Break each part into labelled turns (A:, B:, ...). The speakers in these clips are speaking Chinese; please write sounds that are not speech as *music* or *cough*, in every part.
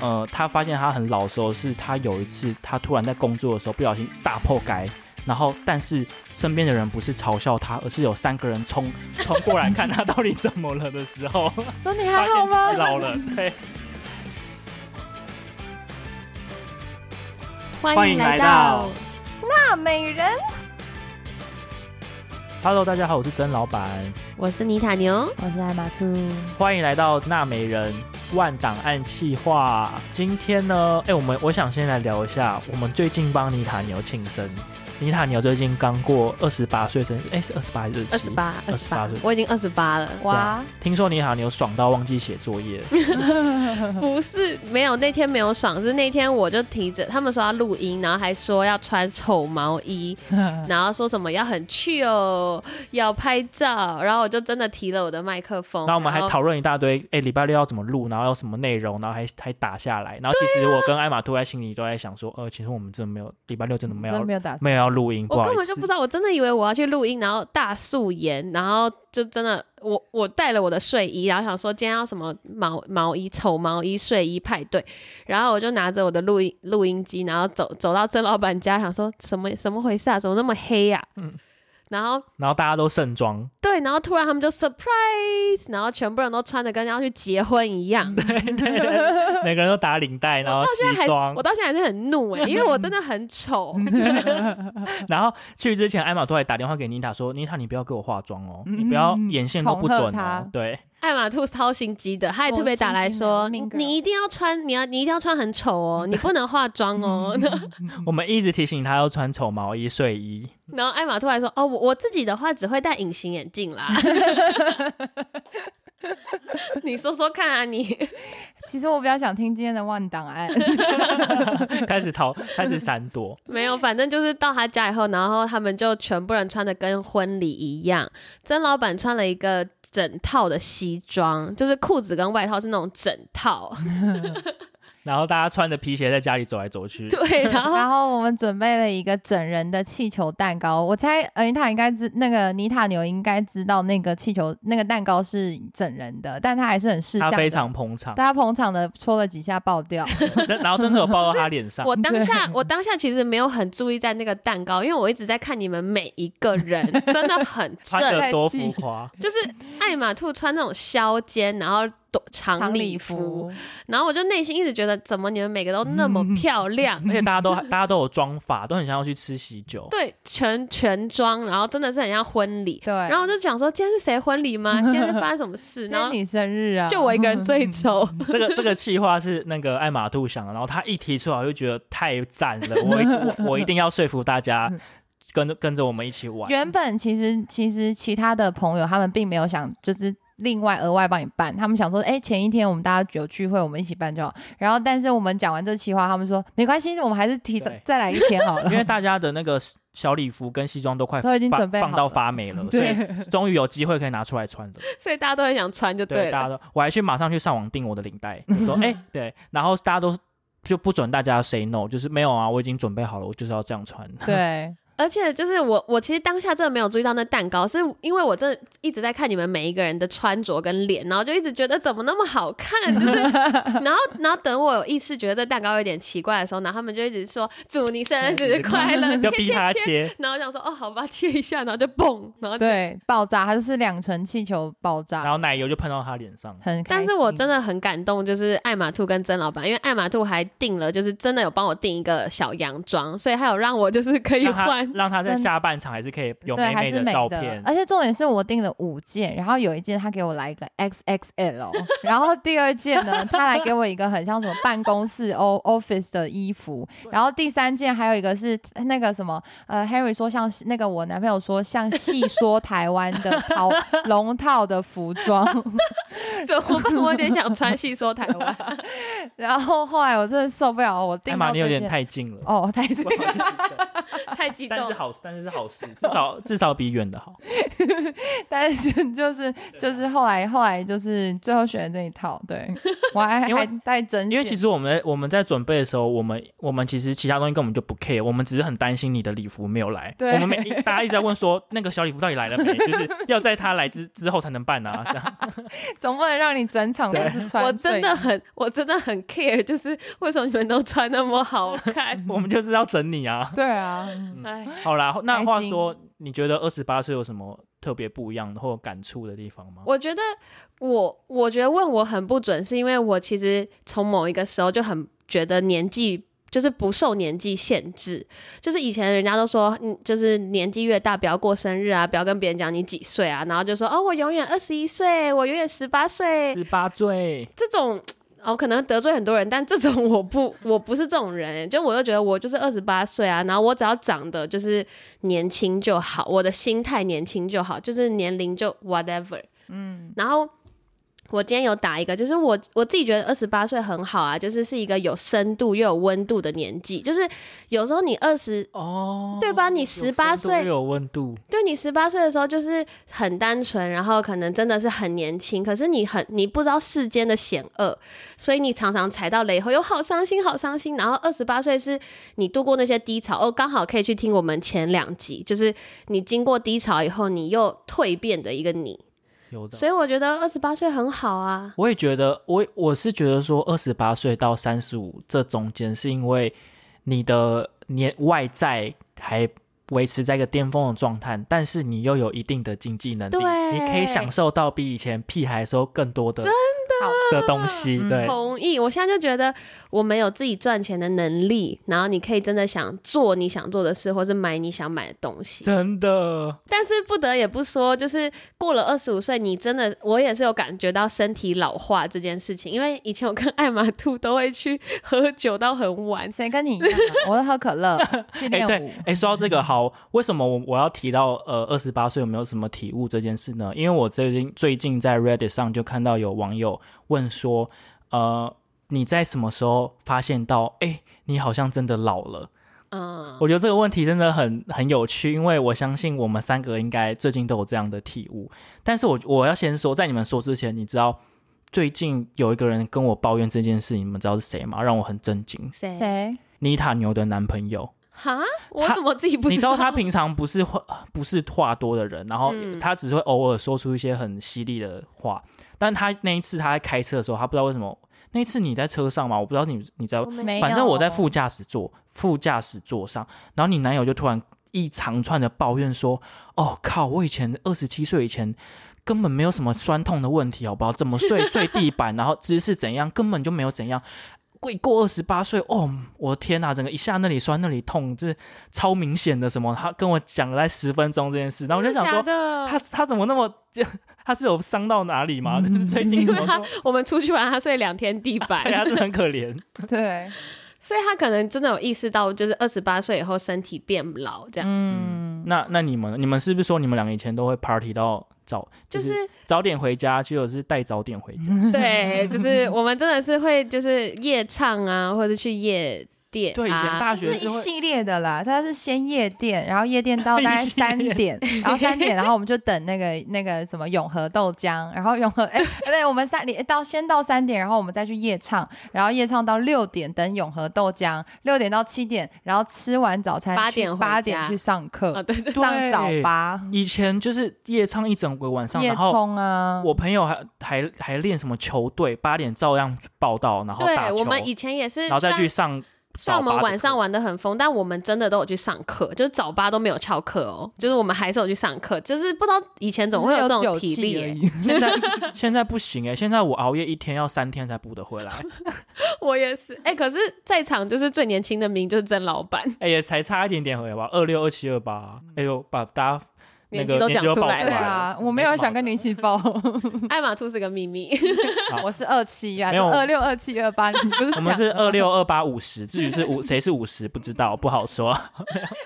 A: 呃，他发现他很老熟，是他有一次他突然在工作的时候不小心大破改，然后但是身边的人不是嘲笑他，而是有三个人冲冲过来看他到底怎么了的时
B: *laughs*
A: 候，
C: 说你
A: 发
C: 还
A: 现
C: 好
A: 自己
C: 吗？
A: 老了。对，欢迎来到
C: 娜美人，
A: Hello，大家好，我是曾老板，
B: 我是妮塔牛，
C: 我是艾玛兔。
A: 欢迎来到纳美人万档案企划。今天呢，哎、我们我想先来聊一下，我们最近帮尼塔牛庆生。尼塔牛最近刚过二十八岁生日，哎、是二十八还是
B: 二十
A: 27？
B: 八，二
A: 28
B: 十八
A: 岁，
B: 我已经二十八了。
C: 哇，
A: 听说尼塔牛爽到忘记写作业，
B: 不是，没有那天没有爽，是那天我就提着他们说要录音，然后还说要穿丑毛衣，然后说什么要很 chill，要拍照，然后我就真的提了我的麦克风。
A: 然后我们还
B: 然后
A: 讨论一大堆，哎、礼拜六要怎么录，然后要什么内容，然后还还打下来。然后其实
B: 啊
A: 我跟艾玛兔在心里都在想说，呃，其实我们真的没有，礼拜六真的没
B: 嗯
A: 有
C: 真没有打算。
A: 没有要录音，不
B: 我
A: 好
B: 根
A: 意
B: 本就
A: 思
B: 不知。道，我真的以为我要去录音，然后大素颜，然后就真的我我带了我的睡衣，然后想说今天要什么毛毛衣、丑毛衣、睡衣派对，然后我就拿着我的录音录音机，然后走走到曾老板家，想说什么什么回事啊，怎么那么黑呀、啊？
A: 嗯
B: 然后
A: 然后大家都盛装， *laughs*
B: 对，然后突然他们就 surprise，然后全部人都穿的跟要去结婚一样，
A: 嗯每个人都打领带，然后西装
B: *laughs* 我。到现在还是很怒哎、因为我真的很丑，
A: 然后去之前，艾玛都还打电话给妮塔说：“妮塔，你不要给我化妆
B: 嗯
A: 哦，你不要眼线都不准
C: 恐吓她
A: 哦。”对，
B: 艾玛兔超心机的，她还特别打来
C: 我
B: 说：“
C: 哦心机
B: 你
C: 男命 girl
B: 你一定要穿，你要你一定要穿很丑
C: *laughs*
B: 哦，你不能化妆哦。
C: 嗯
A: 我们一直提醒她要穿丑毛衣、睡衣。”
B: *laughs* 然后艾玛兔还说：“哦，我我自己的话只会戴隐形眼镜啦。”你说说看啊，你
C: 其实我比较想听今天的万档
B: *laughs*
C: 案，
A: 开始逃，开始闪躲。
B: 没有，反正就是到他家以后，然后他们就全部人穿的跟婚礼一样。曾老板穿了一个整套的西装，就是裤子跟外套是那种整
C: *laughs*
B: 套，
A: 然后大家穿着皮鞋在家里走来走去。
B: 对，然后
C: 然后我们准备了一个整人的气球蛋糕。我猜呃妮塔应该知，那个妮塔牛应该知道那个气球那个蛋糕是整人的，但她还是很适
A: 她
C: 当的，
A: 非常捧场，
C: 大家捧场的戳了几下爆掉。
A: *laughs* 真然后真的有抱到她脸上。
B: 我当下，我当下其实没有很注意在那个蛋糕，因为我一直在看你们每一个人，真的很
A: *laughs* 穿
B: 正，
A: 的多浮夸，
B: 就是艾玛兔穿那种削肩，然后短长礼服，，然后我就内心一直觉得，怎么你们每个都那么
A: 嗯
B: 漂亮？ *laughs*
A: 而且大家都大家都有妆发，都很想要去吃喜酒。
B: 对，全全妆，然后真的是很像婚礼。
C: 对，
B: 然后我就想说，今天是谁婚礼吗？今天是发生什么
C: *laughs*
B: 事？
C: 今
B: 然
C: 天
B: 后
C: 你生日啊，
B: 就我一个人最
C: *laughs*
B: 丑，
A: 这个这个计划是那个艾玛兔想的，然后他一提出来我就觉得太赞了，我一我我一定要说服大家
C: 嗯
A: 跟着跟着我们一起玩。
C: 原本其实其实其他的朋友他们并没有想就是。另外额外帮你办，他们想说，哎、前一天我们大家有聚会，我们一起办就好。然后，但是我们讲完这计划，他们说没关系，我们还是提早
A: 对
C: 再来一天好
A: *laughs*
C: 了
A: 因。为大家的那个小礼服跟西装都快
C: 都已经
A: 放
C: 准备好
A: 放到发霉
C: *laughs*
A: 了，所以
C: 对，
A: 终于有机会可以拿出来穿
C: *laughs*
A: 的。
B: 所以大家都很想穿，就
A: 对，
B: 对
A: 大家
B: 了。
A: 都，我还去马上去上网订我的领带，我说哎、对，然后大家都就不准大家 say no，就是没有啊，我已经准备好了，我就是要这样穿。
C: 对，
B: 而且就是我，我其实当下真的没有注意到那蛋糕，是因为我真的一直在看你们每一个人的穿着跟脸，然后就一直觉得怎么那么好看，就是，然后然后等我有意识觉得这蛋糕有点奇怪的时候，然后他们就一直说祝你生
A: *laughs*
B: 日快乐，
C: *laughs*
A: 要
B: 切
A: 逼
B: 切
A: 他
B: 切
A: 切，
B: 然后我想说哦好吧切一下，然后就蹦，然后就。
C: 对，爆炸，它就是两层气球爆炸，
A: 然后奶油就喷到他脸上。
C: 很开
B: 但
C: 心。
B: 是我真的很感动，就是艾玛兔跟曾老板，因为艾玛兔还订了，就是真的有帮我订一个小洋装，所以还有让我就是可以
A: 让他
B: 换 *laughs*
A: 让他在
C: 真
A: 下半场还是可以有
C: 对
A: 美
C: 还
A: 美
C: 是呃美
A: 照片，哎
C: 而且重点是我订了五件，然后有一件他给我来一个
A: *laughs*
C: XXL，然后第二件呢，他来给我一个很像什么办公室 O *laughs* office 的衣服，然后第三件还有一个是那个什么呃 Harry 说像是那个我男朋友说像
A: *laughs*
C: 戏说台湾的袍龙套的服装，
A: *laughs*
B: 怎么办？我有点想穿戏说台湾。
C: 然后后来我真的受不了，我
A: 艾
C: 订
A: 玛
C: 到
A: 你有
C: 这
A: 点
C: 件
A: 太近了。
C: 哦太
A: 不好意思对
B: 太激
A: *laughs*
B: 动
A: 但是
C: *laughs*
B: 有
A: 好，但是是好事，至少至少比远的好。
C: 但是就是就是
A: 啊
C: 后来后来就是最后选的这一套，
A: *laughs*
C: 对我还
A: 因为
C: 还带针线，
A: 因为其实我们我们在准备的时候，我们我们其实其他东西根本就不 care，我们只是很担心你的礼服没有来。
C: 对
A: 我们每大家一直在问说那个小礼服到底来了
C: *laughs*
A: 没，就是要在他来之之后才能办啊。这样？
C: 总不能让你整场都是穿
B: 我真
C: 睡
B: 的很，我真的很 care，就是为什么你们都穿那么好看
A: 我们就是要整你啊。
C: 对啊，
B: 哎，
A: 好啦，那话
C: 开心
A: 说，你觉得二十八岁有什么特别不一样的或有感触的地方吗？
B: 我觉得我我觉得问我很不准，是因为我其实从某一个时候就很觉得年纪。就是不受年纪限制，就是以前人家都说，嗯，就是年纪越大，不要过生日啊，不要跟别人讲你几岁啊，然后就说，哦，我永远二十一岁，我永远十八岁，
A: 十八岁，
B: 这种。哦，可能得罪很多人，但这种 *laughs* 我不，我不是这种人，欸就我就觉得我就是二十八岁啊，然后我只要长得就是年轻就好，我的心态年轻就好，就是年龄就 whatever，嗯，然后我今天有打一个，就是我我自己觉得二十八岁很好啊，就是是一个有深度又有温度的年纪，就是有时候你二十
A: 哦，
B: 对吧你
A: 有
B: 18岁
A: 深度又有温度，
B: 对你十八岁的时候就是很单纯，然后可能真的是很年轻，可是你很你不知道世间的险恶，所以你常常踩到雷以后又好伤心，好伤心。然后二十八岁是你度过那些低潮，哦，刚好可以去听我们前两集，就是你经过低潮以后，你又蜕变的一个你。
A: 有的。
B: 所以我觉得二十八岁很好啊，
A: 我也觉得，我我是觉得说，二十八岁到三十五这中间，是因为你的年外在还维持在一个巅峰的状态，但是你又有一定的经济能力，
B: 对
A: 你可以享受到比以前屁孩的时候更多的的东西。
C: 嗯
A: 对，
B: 同意。我现在就觉得我们有自己赚钱的能力，然后你可以真的想做你想做的事，或是买你想买的东西。
A: 真的，
B: 但是不得也不说，就是过了二十五岁，你真的我也是有感觉到身体老化这件事情。因为以前我跟艾玛兔都会去喝酒到很
A: *laughs*
B: 晚，
C: 谁跟你一样、啊？我都喝可 *laughs* 乐去
A: 哎、
C: 练
A: 对，
C: 舞
A: 哎、，说到这个，好，为什么我我要提到呃二十八岁有没有什么体悟这件事呢？因为我最近最近在 Reddit 上就看到有网友问说，呃，你在什么时候发现到，哎、你好像真的老了？
B: 嗯，
A: 我觉得这个问题真的很很有趣，因为我相信我们三个应该最近都有这样的体悟。但是我我要先说，在你们说之前，你知道最近有一个人跟我抱怨这件事，你们知道是谁吗？让我很震惊，
B: 谁？
C: 谁？
A: 妮塔牛的男朋友。
B: 哈？我
A: 他
B: 怎么自己不
A: 你知道
B: 道
A: 他平常不是话不是话多的人，然后
B: 嗯
A: 他只会偶尔说出一些很犀利的话。但他那一次他在开车的时候，他不知道为什么。那一次你在车上嘛，我不知道你你在，
C: 没有，
A: 反正我在副驾驶座副驾驶座上，然后你男友就突然一长串的抱怨说：“哦靠，我以前二十七岁以前根本没有什么酸痛的问题，好不好？怎么睡睡地板，然后姿势怎样，根本就没有怎样。”过过二十八岁，哦，我的天呐、整个一下那里酸那里痛，这超明显的什么？他跟我讲了在十分钟这件事，然后我就想说，
B: 的
A: 他他怎么那么， *laughs* 他是有伤到哪里吗？ *laughs* 最近
B: 因
A: 怎
B: 为
A: 么
B: 他
A: 说？
B: 我们出去玩，他睡两天地
A: *laughs*
B: 板， *laughs*
A: 哎呀，真的很可怜。
C: 对，
B: 所以他可能真的有意识到，就是二十八岁以后身体变老这样。
C: 嗯，
A: 那那你们你们是不是说你们两个以前都会 party 到早，
B: 就是嗯是
A: 早点回家，结果是带早点回家？
B: 对，就是我们真的是会就是夜唱啊，或者去夜店、啊。
A: 对，以前大
C: 是
A: 学是
C: 一
A: 会。
C: 系列的啦，它是先夜店，然后夜店
A: *laughs*
C: 到
A: 一
C: 大概
A: 系
C: 三
A: 列
C: 点，然后三点，然后我们就等那个那个什么永和豆浆，然后永和
A: *laughs*
C: 哎、对，我们三点到先到三点，然后我们再去夜唱，然后夜唱到六点等永和豆浆，六点到七点，然后吃完早餐
B: 八
C: 去
B: 点回
C: 八
B: 家
C: 点呃去上
B: 啊，
C: 课，
B: 对对，
C: 上早
A: 对
C: 八
A: 以前就是夜唱一整个晚上，
C: 夜
A: 然后
C: 冲啊，
A: 我朋友还还还练什么球队，八点照样报道，然后打
B: 对，
A: 球，
B: 我们以前也是，
A: 然后再去上
B: 虽然。虽然
A: 早
B: 我
A: 八
B: 们
A: 的
B: 晚上
A: 课
B: 玩的很疯，但我们真的都有去上课，就是早八都没有翘课哦，就是我们还是有去上课，就是不知道以前怎么会
C: 只
B: 这
C: 酒
B: 种体
C: 气
B: 力
C: 而
B: 耶、
C: 已
A: 现在现在不行哎、现在我熬夜一天要三天才补得回来，
B: 我也是，哎、可是在场就是最年轻的名就是曾老板， *laughs*
A: 哎、也才差一点点回来吧，二六二七二八，哎呦，把大家那
B: 年
A: 个
B: 纪都
A: 年纪
B: 讲出
A: 报
B: 来
A: 出
C: 对
B: 了
A: 来
C: 啊
A: 了，
C: 我没有
A: 什么
C: 想
A: 好
C: 跟
A: 的
C: 你一起报， *laughs*
B: 艾玛兔是个秘密， *laughs*
C: 我是二七啊，
A: 没有
C: 二六二七二八，你不是
A: *laughs* 我们
C: 讲
B: *laughs*
A: 是
C: 了吗
A: 二六二八五十，至于是五谁是五十不知道，不好说。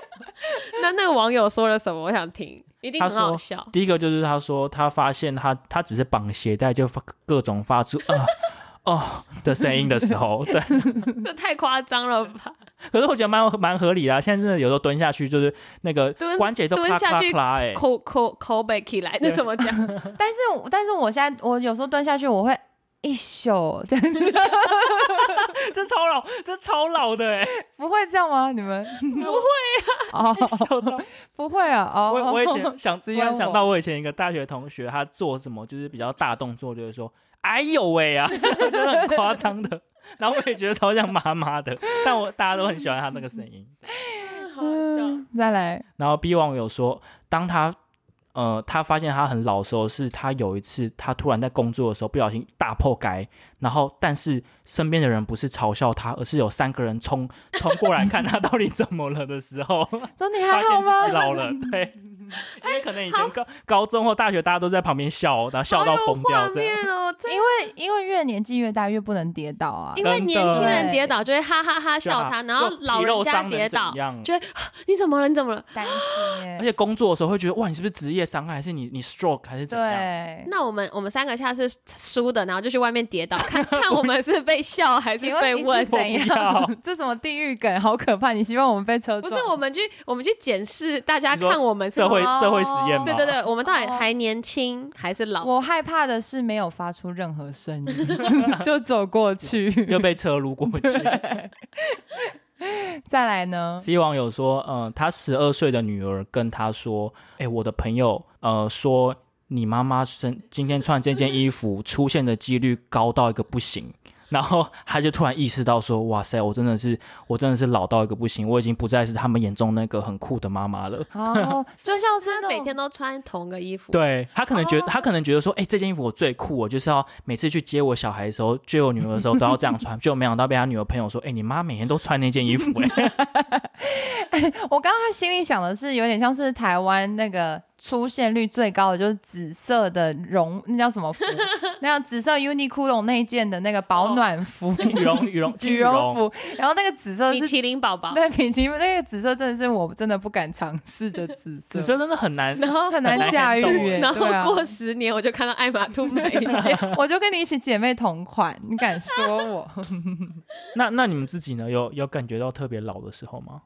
A: *laughs*
B: 那那个网友说了什么？我想听，一定
A: 他
B: 很好
A: 说
B: 笑。
A: 第一个就是他说他发现他他只是绑鞋带就发各种 *laughs*
B: *laughs*
A: 发出啊哦的声音的时候，对， *laughs*
B: 这太夸张了吧？
A: 可是我觉得蛮蛮合理的、啊，现在真的有时候蹲下去就是那个
B: 蹲
A: 关节都
B: 蹲
A: 啪
B: 下
A: 啪
B: 去
A: 啪
B: *laughs*
A: 哎、
B: 抠抠抠背起来，那
A: 对
B: 怎么讲？
C: 但是我但是我现在我有时候蹲下去，我会一宿这样子，
A: 这超老，这超老的哎、
C: *laughs*
B: *laughs*
A: *laughs*
C: 不会这样吗？你们
B: 不会，
C: *laughs* 哦，
A: 笑超
C: 不会啊，哦，
A: 我我以前想，突
C: 只有
A: 然想
C: 我
A: 到我以前一个大学同学，他做什么就是比较大动作，就是说“哎呦喂啊”， *laughs* 就是很夸张的。然后我也觉得超像妈妈的， *laughs* 但我大家都很喜欢他那个声音。
B: 好
A: *laughs*
B: 笑
C: 嗯 *laughs* 再来，
A: 然后 B 网友说，当他呃他发现他很老的时候，是他有一次他突然在工作的时候不小心大破街，然后但是身边的人不是嘲笑他，而是有三个人冲冲过来看他到底怎么了的时候。
C: 说你
A: 发
C: 还好
A: 现自己
C: 吗？
A: 老了， *laughs* 对，
B: *laughs*
A: 因为可能以
B: 哎
A: 前高高中或大学大家都在旁边笑，然后笑到疯
B: 好
A: 掉
B: 有哎画
A: 这样。啊
B: 面哦，真
C: *laughs* 因为因为越年纪越大，越不能跌倒啊。
B: 因为
A: 真的
B: 年轻人跌倒就会哈哈哈笑他，
A: 就啊
B: 然后
A: 就
B: 老
A: 皮
B: 人
A: 肉
B: 家
A: 伤
B: 跌
A: 能怎
B: 倒
A: 样？
B: 就会你怎么了？你怎么了？
C: 担心
A: 而
C: 耶，
A: 且工作的时候会觉得哇，你是不是职业伤害，还是你你 stroke 还是怎样？
C: 对。
B: 那我们我们三个下次输的，然后就去外面跌倒，看看我们是被
C: *laughs*
B: 笑还是
C: 请问
B: 被
C: 你是
B: 问。
A: 我
C: 怎
A: 不要
C: 样？ *laughs* 这什么地狱梗，好可怕！你希望我们被车
B: 不
C: 撞？
B: 是，我们去我们去检视大家
A: 你说
B: 看我们是
A: 社会
C: 哦
A: 社会实验嘛。
B: 对对对，我们到底
C: 哦
B: 还年轻还是老？
C: 我害怕的是没有发出任何声音 *laughs* 就走过去。
A: *laughs* 又被车撸过去。
C: 再来呢？
A: C 网友说，嗯、他十二岁的女儿跟他说，哎、我的朋友，呃，说你妈妈身今天穿这件衣服出现的几率高到一个不行。然后他就突然意识到说，哇塞，我真的是，我真的是老到一个不行，我已经不再是他们眼中那个很酷的妈妈了。
C: 哦，就像是
B: 真
C: 那
B: 的每
C: 种
B: 天都穿同个衣服，
A: 对他可能觉得，
C: 哦
A: 他可能觉得说，哎、这件衣服我最酷，我就是要每次去接我小孩的时候，接我女儿的时候都要这样穿。就没想到被他女儿朋友说，哎、你妈每天都穿那件衣服、哎。
C: 我刚刚心里想的是，有点像是台湾那个出现率最高的，就是紫色的绒，那叫什么服？那叫紫色 Uniqlo 那一件的那个保暖服、
A: 羽
C: *laughs*
A: 绒羽哦绒
C: 羽绒服，然后那个紫色
B: 米
C: 是。
B: 其林宝宝，
C: 对，米奇那个紫色真的是我真的不敢尝试的紫色，
A: 紫色真的很难
B: 然后
C: 很难驾驭
A: 很难懂
C: 耶。
B: 然后
C: 对啊
B: 过十年我就看到
C: *laughs*
B: 艾玛兔美
A: *laughs*
C: 我就跟你一起姐妹同款，你敢说我？
A: 那那你们自己呢？有有感觉到特别老的时候吗？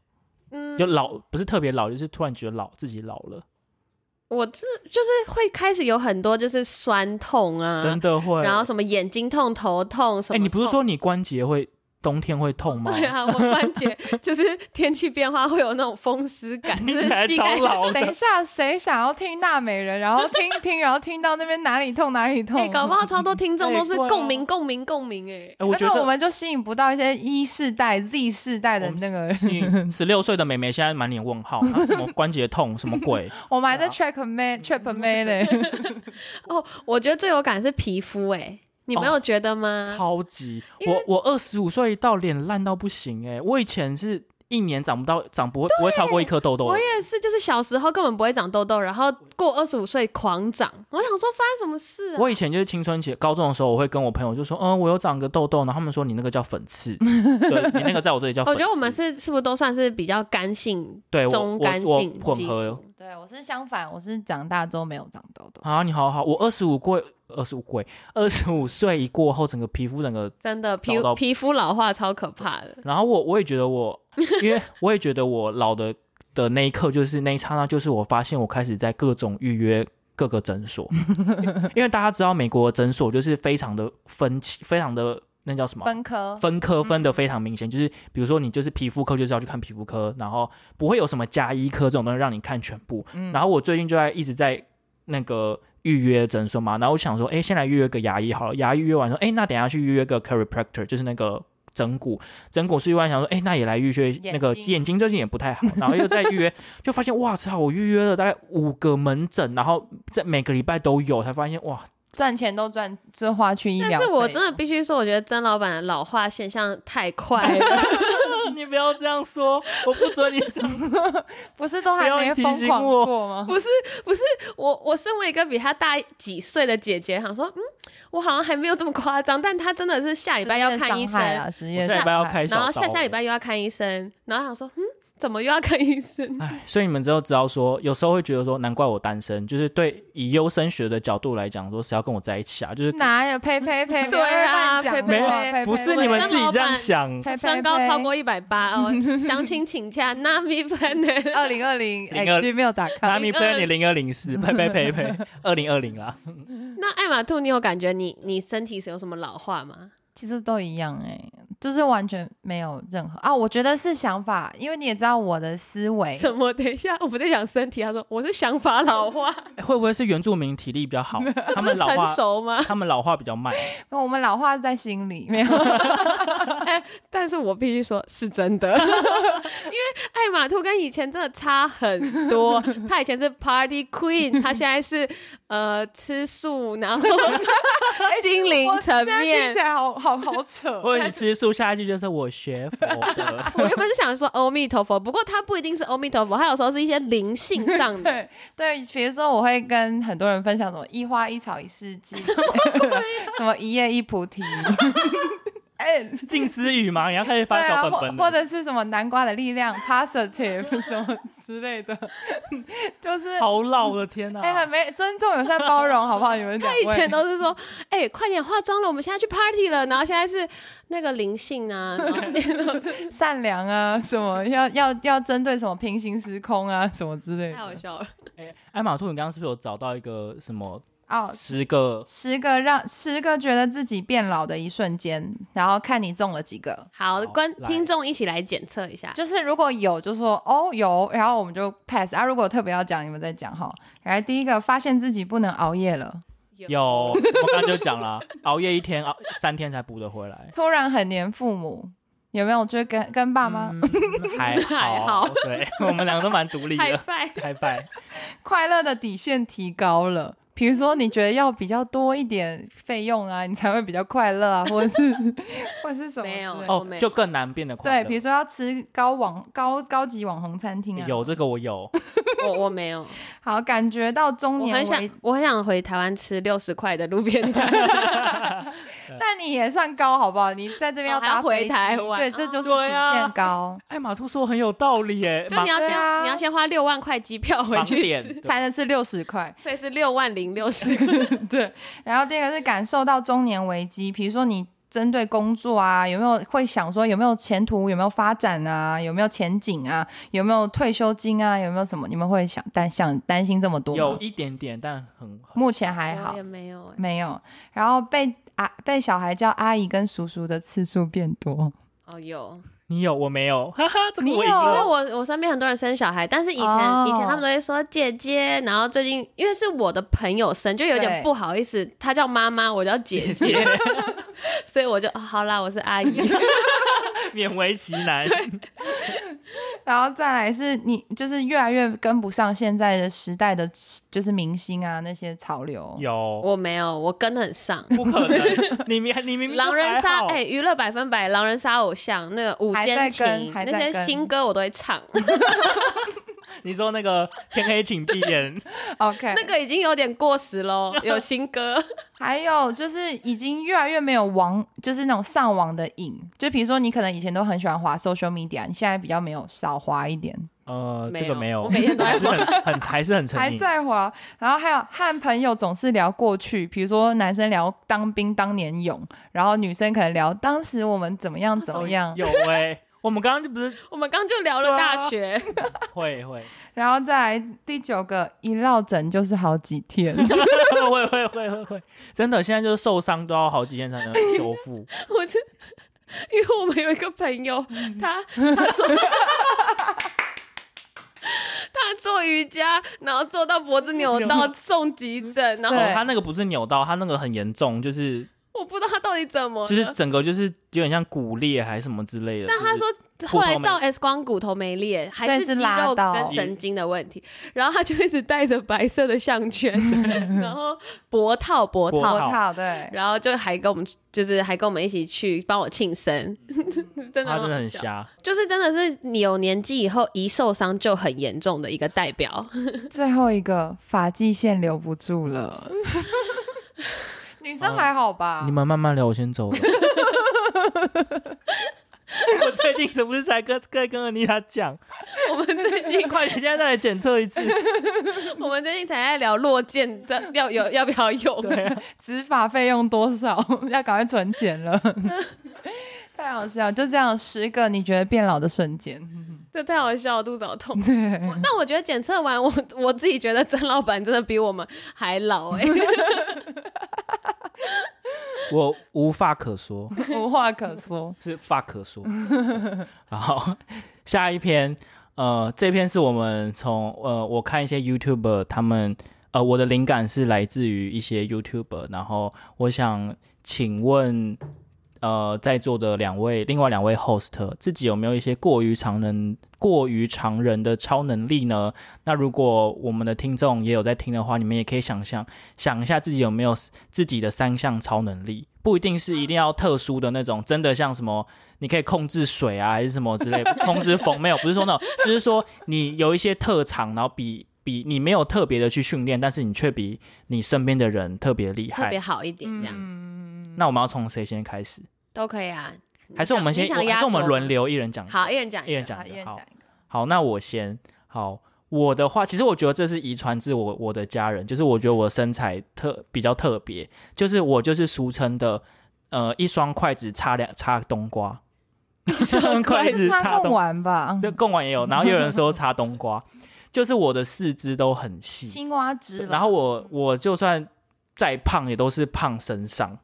B: 嗯
A: 有老不是特别老，就是突然觉得老自己老了，
B: 我这就是会开始有很多就是酸痛啊，
A: 真的会。
B: 然后什么眼睛痛、头痛
A: 哎、
B: 什么痛。
A: 你不是说你关节会冬天会痛吗？
B: 对啊，我关节就是天气变化会有那种风湿感，就
A: *laughs* *laughs* 听起
B: 是
A: 来
B: 膝
A: 超
B: 盖
A: 老
C: 等一
A: 的。
C: 下，谁想要听娜美人？然后听听，然后听到那边哪里痛哪里痛，
B: 哎、搞不好超多听众
A: 哎
B: 都是
A: 对啊
B: 共鸣、共鸣、共鸣哎、
A: 哎、我
C: 而且
A: 觉得
C: 我们就吸引不到一些一世代、Z 世代的那个，
A: *laughs* 十六岁的妹妹现在满脸问号，她什么关节痛，什么鬼？
C: *laughs* 我们还在
A: 啊
C: track man trap
A: *laughs*
C: man 嘞。
B: 哦，我觉得最有感是皮肤哎、你没有觉得吗？
A: 哦超级！
B: 嗯因为
A: 我我二十五岁到脸烂到不行哎、我以前是一年长不到长不会不会超过一颗痘痘
B: 啊我
A: 的，
B: 也是，就是小时候根本不会长痘痘，然后过二十五岁狂长。我想说发生什么事、啊？
A: 我以前就是青春期，高中的时候，我会跟我朋友就说，嗯，我有长个痘痘，然后他们说你那个叫粉
B: *laughs*
A: 刺，对你那个在我这里叫
B: 我
A: 粉
B: 觉
A: 刺。
B: 得我们是是不是都算是比较干性、
A: 对我
B: 中
A: 我
B: 干
A: 我
B: 性
A: 混
B: 肌
A: 合
C: 对，我是相反，我是长大之后没有长痘痘。
A: 啊，你好好，我二十五过二十五过二十五岁一过后，整个皮肤整个，
B: 真的皮
A: 找到
B: 皮肤老化超可怕的。
A: 然后我我也觉得我，因
B: *laughs*
A: 为我也觉得我老的的那一刻，就是那一刹那，就是我发现我开始在各种预约。各个诊
B: *laughs*
A: 所，因为大家知道美国的诊所就是非常的分歧，非常的那叫什么啊
C: 分科
A: 分科分的非常明显，就是比如说你就是皮肤科就是要去看皮肤科，然后不会有什么加医科这种东西让你看全
C: 嗯
A: 部。然后我最近就在一直在那个预约诊所嘛，然后我想说，哎、先来预约个牙医好了，牙医预约完说，哎、那等一下去预约个 chiropractor，就是那个。整骨，整骨是预约完想说，哎、那也来预约
C: 眼睛
A: 那个眼睛最近也不太好，然后又在预约， *laughs* 就发现哇操，我预约了大概五个门诊，然后在每个礼拜都有，才发现哇，
C: 赚钱都赚，就花去医疗
B: 但
C: 费。啊
B: 是我真的必须说，我觉得曾老板的老化现象太快了。
A: 你不要这样说，我不准你这样
C: 不是都还
A: 不要
C: 没
A: 提
C: 疯
A: 醒
C: 狂
A: 我
C: 过吗？
B: 不是不是，我我身为一个比他大几岁的姐姐，想说，嗯，我好像还没有这么夸张，但他真的是下礼拜要看医
C: 职业伤害
B: 生，
C: 啊，职
A: 我
C: 业
A: 下礼拜要
C: 伤害
A: 开小刀
B: 然后
A: 了，
B: 下下礼拜又要看医生，然后想说，嗯，怎么又要看医生？
A: 哎，所以你们之后知道说，有时候会觉得说，难怪我单身，就是对以优生学的角度来讲，说谁要跟我在一起啊？就是
C: 哪有呸呸呸？
B: 对啊
C: 不要乱讲
A: 没
C: 话
A: 有，
C: 呸
A: 不是你们自己这样想。
C: 呸呸
B: 身高超过一百八哦，详情请洽 Nami Planet。
C: *laughs* 二零二零哎
A: 02
C: gmail.com
A: 纳米 p l a n 零二零四，呸呸呸呸，二零二零啦。
B: 那艾玛兔，你有感觉你你身体是有什么老化吗？
C: 其实都一样哎、就是完全没有任何啊，我觉得是想法，因为你也知道我的思维，
B: 什么？等一下，我们在讲身体，他说我是想法老化，
A: 哎会不会是原住民体力比较好？他
B: 不
A: 们
B: 是
A: 老
B: 成
A: 化，
B: 熟吗？
A: 他们老化比较慢。
C: 我们老话在心里没有。
B: *laughs* 但是我必须说是真的， *laughs* 因为艾玛兔跟以前真的差很多。她以前是 Party Queen，她现在是呃吃素，然后 *laughs* 心灵
C: *laughs*
B: 层
C: 哎我现在听
B: 面
C: 起。来好好好扯。哦
A: 或者你吃素，下一句就是我学佛的。
B: 我原本是想说阿弥陀佛，不过它不一定是阿弥陀佛，它有时候是一些灵性上
C: *laughs*
B: 的。
C: 对对，比如说我会跟很多人分享什么一花一草一世
B: *laughs*
C: 纪，
B: 啊
C: *laughs* 什么一叶一菩 *laughs* 提，啊哎，
A: 近思语嘛，你要开始
C: 对
A: 发
C: 啊，
A: 小
C: 或
A: 本本
C: 或
A: 了。
C: 者是什么南瓜的力量 positive 什么之类的， *laughs* 就是
A: 好老的天
C: 哎、
A: 哪
C: 很！没尊重，友善包容，好不好？你们两
B: 他以
C: 位
B: 前都是说，哎、快点化妆了，我们现在去 party 了。然后现在是那个灵性啊，然后
C: 善良啊， *laughs* 什么要要要针对什么平行时空啊，什么之类
B: 太好
C: 的。
B: 笑了。
A: 哎，艾玛兔，你刚刚是不是有找到一个什么
C: 哦，
A: 十个？
C: 十个让十个觉得自己变老的一瞬间，然后看你中了几个。
B: 好，观
A: 来
B: 听众一起来检测一下。
C: 就是如果有，就说哦有，然后我们就 pass 啊。如果特别要讲，你们再讲哈。来，第一个发现自己不能熬夜了，
A: 有，我刚刚就讲了，熬夜一天，熬三天才补得回来。
C: 突然很黏父母，有没有？就跟跟爸妈、
A: 嗯还
B: *laughs* 还
A: 好
B: 好，
A: 对 *laughs* 我们两个都蛮独立
B: *laughs* 嗨
A: 的。
B: 拜，
A: 开拜，
C: 快乐的底线提高了。比如说，你觉得要比较多一点费用啊，你才会比较快乐啊，或者是 *laughs* 或者是什么之类的？
B: 没有
A: 哦
B: 没，有
A: 就更难变得快
C: 对，
A: 乐
C: 比如说要吃高网高高级网红餐厅啊，
A: 有这个我有，
B: 我我没有，
C: 好感觉到中
B: 我
C: 年
B: 很想
C: 危，
B: 我很想回台湾吃六十块的路边摊。
C: 但你也算高好不好？你在这边
B: 哦还要
C: 搭
B: 回
C: 飞机
B: 台湾
C: 对，这就是
A: 对
C: 底
A: 啊
C: 线高，
A: 艾玛兔说很有道理耶，
B: 就你要
C: 对啊
B: 先你要先花六万块机票回
A: 盲盲
B: 去，
A: 点对啊
C: 才能吃六十块。 *laughs*
B: 所以是六万零六十。
C: 对，然后第二个是感受到中年危机，比如说你针对工作啊，有没有会想说有没有前途，有没有发展啊，有没有前景啊，有没有退休金啊，有没有什么？你们会想担想担心这么多吗？
A: 有一点点，但很很
C: 目前还好
B: 我也，没有、欸。
C: 没有。然后被啊被小孩叫阿姨跟叔叔的次数变多， *laughs*
B: 哦，有，
A: 你有我没有，哈哈，这个
C: 你
A: 我赢
C: 有
B: 因为
A: 了。
B: 我我身边很多人生小孩，但是以前、
C: 哦
B: 以前他们都会说姐姐，然后最近因为是我的朋友生，就有
C: 对
B: 点不好意思，她叫妈妈，我叫姐姐，所以我就、哦好啦，我是
A: *laughs*
B: 阿姨。
A: 勉为其难，
C: 然后再来是你就是越来越跟不上现在的时代的，就是明星啊那些潮流。
A: 有
B: 我没有，我跟得很上。
A: 不可
B: *laughs*
A: 能，你明你明明就
B: 狼人
A: 还
B: 杀，
A: 好
B: 哎、娱乐百分百，狼人杀偶像，那个午
C: 还在
B: 间情
C: 跟，还
B: 那
C: 在
B: 些
C: 跟
B: 新歌我都会唱，
A: 你说那个天黑请闭
B: *laughs*
A: 眼，
C: OK，
B: *laughs* 那个已经有点过时喽，有新歌。 *laughs*
C: 还有就是已经越来越没有网，就是那种上网的瘾。就比如说你可能以前都很喜欢滑 social media，你现在比较没有少滑一点，
A: 呃，
B: 没
A: 这个没
B: 有
A: 有，
B: 我每天都在
A: 还是很很还是很沉
C: 还
A: 迷。
C: 在滑。然后还有和朋友总是聊过去，比如说男生聊当兵当年勇，然后女生可能聊当时我们怎么样怎么 *laughs* 样。
A: 有哎，我们刚刚就不是
B: 我们刚就聊了
A: 啊
B: 大学，
A: 会会 *laughs*
C: 然后再来第九个，一落枕就是 *laughs* 好几天。
A: 会会会会会，真的现在就是受伤都要好几天才能修复。
B: 我是因为我们有一个朋友，
A: 嗯
B: 他他做 *laughs* 他做瑜伽，然后做到脖子扭
A: *laughs*
B: 到送急诊，然后
A: 哦
C: 对，
A: 他那个不是扭到，他那个很严重，就是
B: 我不知道他到底怎么了。
A: 就是整个就是有点像骨裂还是什么之类的。
B: 但他
A: 就是
B: 说后来照 X 光骨头没裂，还
C: 所以
B: 是
C: 是
B: 肌
C: 拉
B: 肉
C: 到
B: 跟神经的问题。然后他就一直戴着白色的项
A: *laughs*
B: 圈，然后脖套脖
A: 脖
C: 我
A: 套
B: 套，
C: 靠，对，
B: 然后就还跟我们就是还跟我们一起去帮我庆生， *laughs*
A: 他
B: 真的
A: 真的
B: 好
A: 很
B: 笑，
A: 瞎，
B: 就是真的是你有年纪以后一受伤就很严重的一个代表。 *laughs*
C: 最后一个发际线留不住了。啊女生还好吧？
A: 你们慢慢聊，我先走了。我最近这不是才跟跟跟妮塔讲，
B: 我们最近
A: *laughs* 快点现在再来检测一次。
B: 我们最近才在聊落剑，这要有要不要用？
A: 对啊，
C: 执法费用多少？ *laughs* 要赶快存钱 *laughs* 了。太好笑，就这样十个你觉得变老的瞬 *laughs* 间。
B: 这太好笑了，肚子好痛。
C: 对，
B: 我但我觉得检测完，我我自己觉得曾老板真的比我们还老
A: *laughs*
B: 哎、
A: 我无话可说，
C: 无话可说。
A: 是话可说。 *laughs* 然后下一篇，呃，这篇是我们从呃，我看一些 YouTuber 他们，呃，我的灵感是来自于一些 YouTuber，然后我想请问。呃，在座的两位，另外两位 host 自己有没有一些过于常人、过于常人的超能力呢？那如果我们的听众也有在听的话，你们也可以想象想一下自己有没有自己的三项超能力，不一定是一定要特殊的那种，真的像什么你可以控制水啊，还是什么之类，控制风没有，不是说那种，就是说你有一些特长，然后比比你没有特别的去训练，但是你却比你身边的人特别厉
B: 特别
A: 害。
B: 好一点这样、
C: 嗯，
A: 那我们要从谁先开始？
B: 都可以啊。
A: 还是我们先，
B: 你想压
A: 还是我们
B: 轴
A: 轮流一人讲一个，
B: 好，一人讲
A: 一人
B: 个
A: 嗯讲
C: 一
A: 一个，
C: 人
A: 好
C: 讲。一个
A: 好，那我先。好，我的话，其实我觉得这是遗传自我我的家人，就是我觉得我的身材特比较特别，就是我就是俗称的，呃，一双筷子插两插冬瓜，一双筷子
C: 他
A: 插
C: 弄
A: 冬，
C: 完吧，
A: 对，贡丸也有，然后也有人 *laughs* 说插冬瓜，就是我的四肢都很细，
C: 青蛙汁了。
A: 然后我我就算再胖也都是胖身上。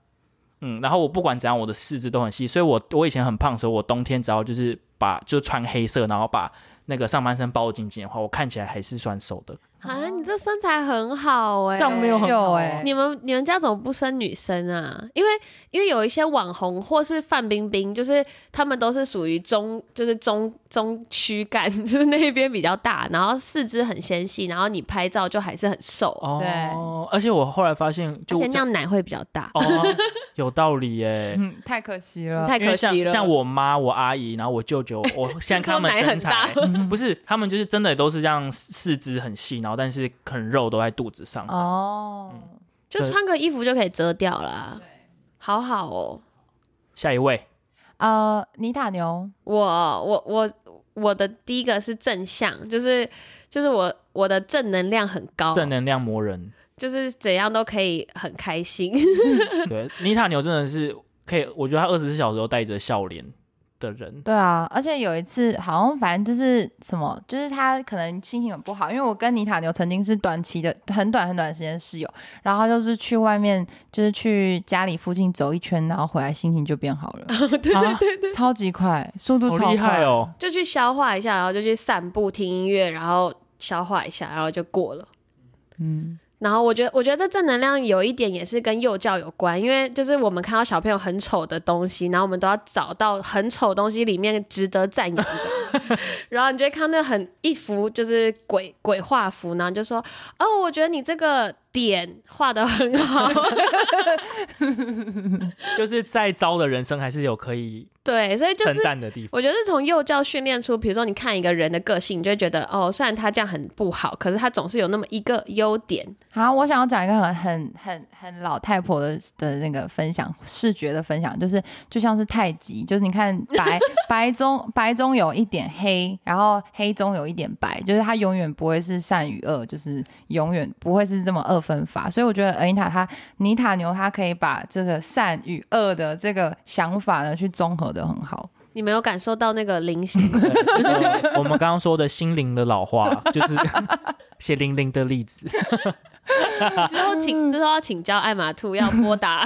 A: 嗯，然后我不管怎样，我的四肢都很细，所以我我以前很胖的时候，我冬天只要就是把就穿黑色，然后把那个上半身包得紧紧的话，我看起来还是算瘦的。
B: 啊，你这身材很好哎、
A: 这样没有很
C: 有
A: 好啊
C: 欸
B: 你们你们家怎么不生女生啊？因为因为有一些网红或是范冰冰，就是他们都是属于中，就是中中躯干，就是那一边比较大，然后四肢很纤细，然后你拍照就还是很瘦，
A: 哦，而且我后来发现
B: 而
A: 就
B: 且那样奶会比较大，
A: 哦，有道理耶。
C: 嗯，太可惜了。
B: 太
A: 因
B: 可
A: 为
B: 惜
A: 像
B: 了。
A: 像我妈、我阿姨，然后我舅舅，我现在看他们
B: 你说奶
A: 身
B: 很大
A: 材，不是他们就是真的都是这样，四肢很细，然后但是可能肉都在肚子上。
C: 哦，
B: 就穿个衣服就可以遮掉啦，好好哦。
A: 下一位，
C: 呃，泥塔牛，
B: 我我我我的第一个是正向，就是就是我我的正能量很高，
C: 哦
A: 正能量魔
C: *laughs*
A: 人，
B: 就是怎样都可以很开心。
A: 对，妮塔牛真的是可以，我觉得他二十四小时都带着笑脸的人。
C: *laughs* 对啊，而且有一次好像反正就是什么，就是他可能心情很不好，因为我跟尼塔牛曾经是短期的很短很短的时间室友，然后就是去外面，就是去家里附近走一圈，然后回来心情就变好了，
B: 对对
A: 啊
B: 对对，
C: 超级快，速度
A: 好
C: 超
A: 厉害
C: 快！
A: 哦！
B: 就去消化一下，然后就去散步、听音乐，然后消化一下，然后就过了。
C: 嗯，
B: 然后我觉得，我觉得这正能量有一点也是跟幼教有关，因为就是我们看到小朋友很丑的东西，然后我们都要找到很丑的东西里面值得赞扬的，然后你就会看到很一幅就是鬼鬼画符，然后你就说哦，我觉得你这个点画的很好，
A: 就是再糟的人生，还是有可以
B: 对，所以就
A: 称
B: 是
A: 赞的
C: *laughs*
A: 地方。
B: 我觉得是从幼教训练出，比如说你看一个人的个性，你就会觉得哦，虽然他这样很不好，可是他总是有那么一个优点。
C: 好，我想要讲一个很很很很老太婆的的那个分享，视觉的分享，就是就像是太极，就是你看白白中白中有一点黑，然后黑中有一点白，就是它永远不会是善与恶，就是永远不会是这么二分法。所以我觉得尔妮塔她妮塔牛她可以把这个善与恶的这个想法呢去综合的很好。
B: 你没有感受到那个灵性
A: *laughs*
B: 吗？
A: 对这哦个我们刚刚说的心灵的老化， *laughs* 就是血淋淋的例子。 *laughs*
B: 之后请之后要请教艾玛兔要
A: *laughs*
B: 拨打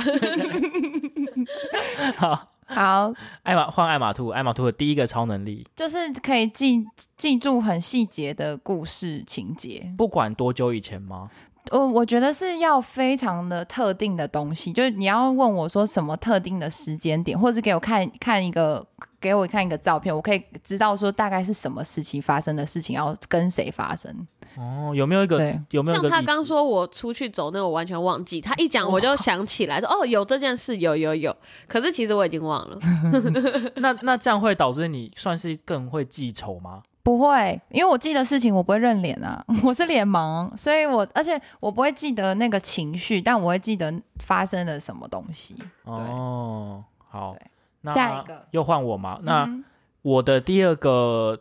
A: 好，
C: 好，
A: 艾玛换艾玛兔，艾玛兔的第一个超能力，
C: 就是可以记记住很细节的故事情节。
A: 不管多久以前吗？
C: 我呃我觉得是要非常的特定的东西，就是你要问我说什么特定的时间点，或是给我看看一个，给我看一个照片，我可以知道说大概是什么时期发生的事情，要跟谁发生。
A: 哦，有没有一个
C: 对，
A: 有没有一
B: 像
A: 个
B: 他
A: 例
B: 刚
A: 子
B: 说我出去走那个，我完全忘记。他一讲我就想起来说哦，有这件事，有有有。可是其实我已经忘了。
A: *laughs* 那那这样会导致你算是更会记仇吗？
C: 不会，因为我记得事情我不会认脸啊， *laughs* 我是脸盲，所以我而且我不会记得那个情绪，但我会记得发生了什么东西。
A: 哦，好
C: 对，
A: 那
C: 下一个
A: 又换我嘛？那、
C: 嗯
A: 我的第二个